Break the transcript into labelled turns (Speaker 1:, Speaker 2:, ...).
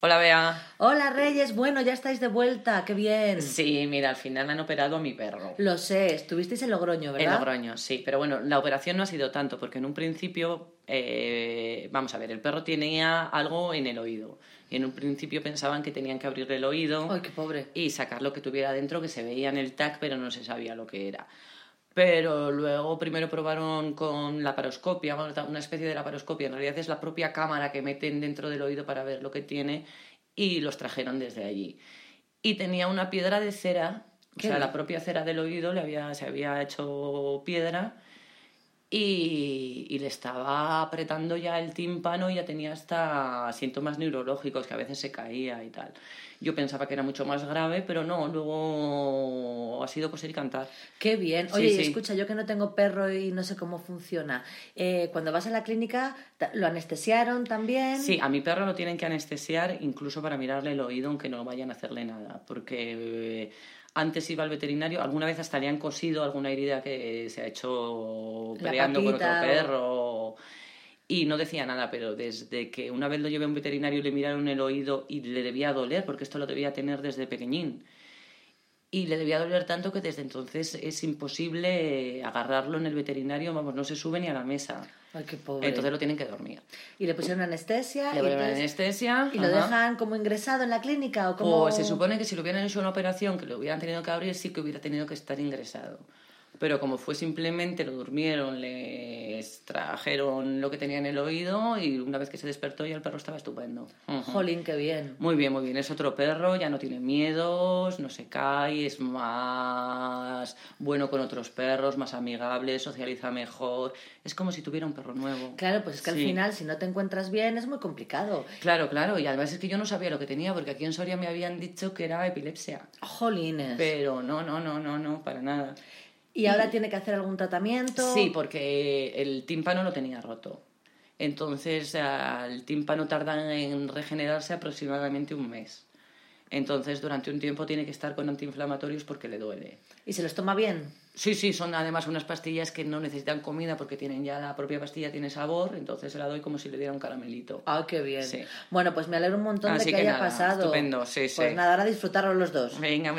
Speaker 1: Hola, Bea.
Speaker 2: Hola Reyes, bueno, ya estáis de vuelta, qué bien.
Speaker 1: Sí, mira, al final han operado a mi perro.
Speaker 2: Lo sé, estuvisteis en Logroño,
Speaker 1: En
Speaker 2: ¿verdad?
Speaker 1: Logroño, sí. Pero bueno, la operación no ha sido tanto, porque en un principio, eh, vamos a ver, el perro tenía algo en el oído. Y en un principio pensaban que tenían que abrirle el oído
Speaker 2: Ay, qué pobre.
Speaker 1: y sacar lo que tuviera dentro, que se veía en el TAC, pero no se sabía lo que era. Pero luego primero probaron con la paroscopia, bueno, una especie de laparoscopia, en realidad es la propia cámara que meten dentro del oído para ver lo que tiene, y los trajeron desde allí. Y tenía una piedra de cera, o
Speaker 2: ¿Qué
Speaker 1: sea,
Speaker 2: di-
Speaker 1: la propia cera del oído le había, se había hecho piedra, y, y le estaba apretando ya el tímpano y ya tenía hasta síntomas neurológicos, que a veces se caía y tal. Yo pensaba que era mucho más grave, pero no, luego ha sido coser y cantar.
Speaker 2: Qué bien.
Speaker 1: Sí,
Speaker 2: Oye, y
Speaker 1: sí.
Speaker 2: escucha, yo que no tengo perro y no sé cómo funciona. eh, cuando vas a la clínica, ta- ¿lo anestesiaron también?
Speaker 1: Sí, a mi perro lo tienen que anestesiar incluso para mirarle el oído, aunque no vayan a hacerle nada, porque eh, antes iba al veterinario, alguna vez hasta le han cosido alguna herida que se ha hecho
Speaker 2: La
Speaker 1: peleando con otro
Speaker 2: patita o-
Speaker 1: perro. Y no decía nada, pero desde que una vez lo llevé a un veterinario y le miraron el oído y le debía doler, porque esto lo debía tener desde pequeñín. Y le debía doler tanto que desde entonces es imposible eh, agarrarlo en el veterinario, vamos, no se sube ni a la mesa.
Speaker 2: Ay, qué pobre.
Speaker 1: Entonces lo tienen que dormir.
Speaker 2: Y le pusieron anestesia.
Speaker 1: Le
Speaker 2: y,
Speaker 1: ponen
Speaker 2: entonces-
Speaker 1: anestesia.
Speaker 2: ¿y lo
Speaker 1: ajá.
Speaker 2: dejan como ingresado en la clínica o como...
Speaker 1: Pues se supone que si lo hubieran hecho una operación que lo hubieran tenido que abrir, sí que hubiera tenido que estar ingresado. Pero como fue simplemente, lo durmieron, les trajeron lo que tenía en el oído y una vez que se despertó ya el perro estaba estupendo. Ujú.
Speaker 2: Jolín, qué bien.
Speaker 1: Muy bien, muy bien. Es otro perro, ya no tiene miedos, no se cae, es más bueno con otros perros, más amigable, socializa mejor. Es como si tuviera un perro nuevo.
Speaker 2: Claro, pues es que al
Speaker 1: Sí.
Speaker 2: final, si no te encuentras bien, es muy complicado.
Speaker 1: Claro, claro. Y además es que yo no sabía lo que tenía, porque aquí en Soria me habían dicho que era epilepsia.
Speaker 2: Jolines.
Speaker 1: Pero no, no, no, no, no, para nada.
Speaker 2: ¿Y ahora tiene que hacer algún tratamiento?
Speaker 1: Mm. Sí, porque el tímpano lo tenía roto. Entonces, ah, el tímpano tarda en regenerarse aproximadamente un mes. Entonces, durante un tiempo tiene que estar con antiinflamatorios porque le duele.
Speaker 2: ¿Y se los toma bien?
Speaker 1: Sí, sí, son además unas pastillas que no necesitan comida porque tienen ya la propia pastilla, tiene sabor, entonces se la doy como si le diera un caramelito.
Speaker 2: Ah, qué bien.
Speaker 1: Sí.
Speaker 2: Bueno, pues me alegro un montón
Speaker 1: Así
Speaker 2: de que,
Speaker 1: que
Speaker 2: haya
Speaker 1: nada,
Speaker 2: pasado.
Speaker 1: estupendo, sí,
Speaker 2: Pues
Speaker 1: sí.
Speaker 2: nada, ahora disfrutarlo los dos.
Speaker 1: Venga,